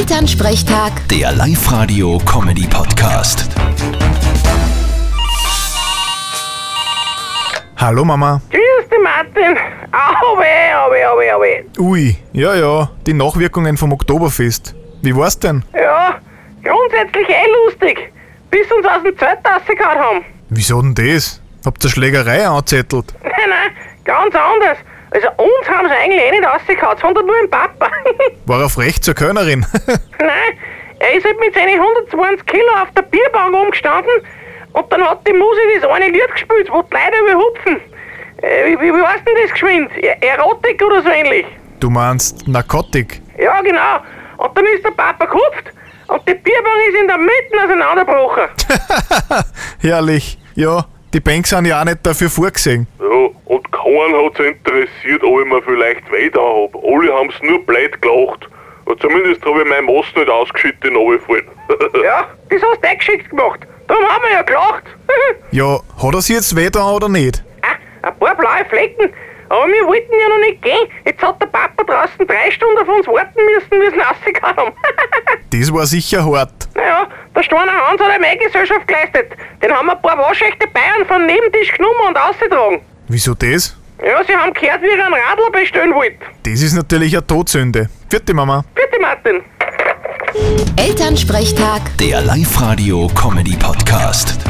Elternsprechtag, Der Live-Radio-Comedy-Podcast. Hallo Mama. Grüß dich, Martin. Auwe, auwe, auwe, auwe. Ui, ja, ja, die Nachwirkungen vom Oktoberfest. Wie war's denn? Ja, grundsätzlich eh lustig. Bis uns aus dem Zelttasse gehauen haben. Wieso denn das? Habt ihr Schlägerei anzettelt? Nein, nein, ganz anders. Also uns haben sie eigentlich eh nicht rausgehauen, sondern nur den Papa. War er frech zur Kölnerin? nein, er ist halt mit seinen 120 Kilo auf der Bierbank umgestanden und dann hat die Musik das eine Lied gespielt, wo die Leute überhupfen. Äh, wie, wie, wie heißt denn das geschwind? Er- Erotik oder so ähnlich? Du meinst Narkotik? Ja, genau. Und dann ist der Papa gehupft und die Bierbank ist in der Mitte auseinandergebrochen. Herrlich. Ja, die Banks sind ja auch nicht dafür vorgesehen. Ja, und keinen hat's interessiert, ob ich mir vielleicht weh da hab. Alle haben's nur blöd gelacht. Ja, Zumindest habe ich meinen Mast nicht ausgeschüttet runtergefallen. Ja, das hast du eh geschickt gemacht. Darum haben wir ja gelacht. Ja, hat er sie jetzt weh da oder nicht? ah, ein paar blaue Flecken. Aber wir wollten ja noch nicht gehen. Jetzt hat der Papa draußen drei Stunden auf uns warten müssen, bis wir rausgekommen. Das war sicher hart. naja, der Steiner Hans hat eine Mehrgesellschaft geleistet. Den haben ein paar waschechte Bayern von Nebentisch genommen und ausgetragen. Wieso das? Ja, sie haben gehört, wie ihr einen Radler bestellen wollt. Das ist natürlich eine Todsünde. Vierte Mama. Bitte, Martin. Elternsprechtag. Der Live-Radio-Comedy-Podcast.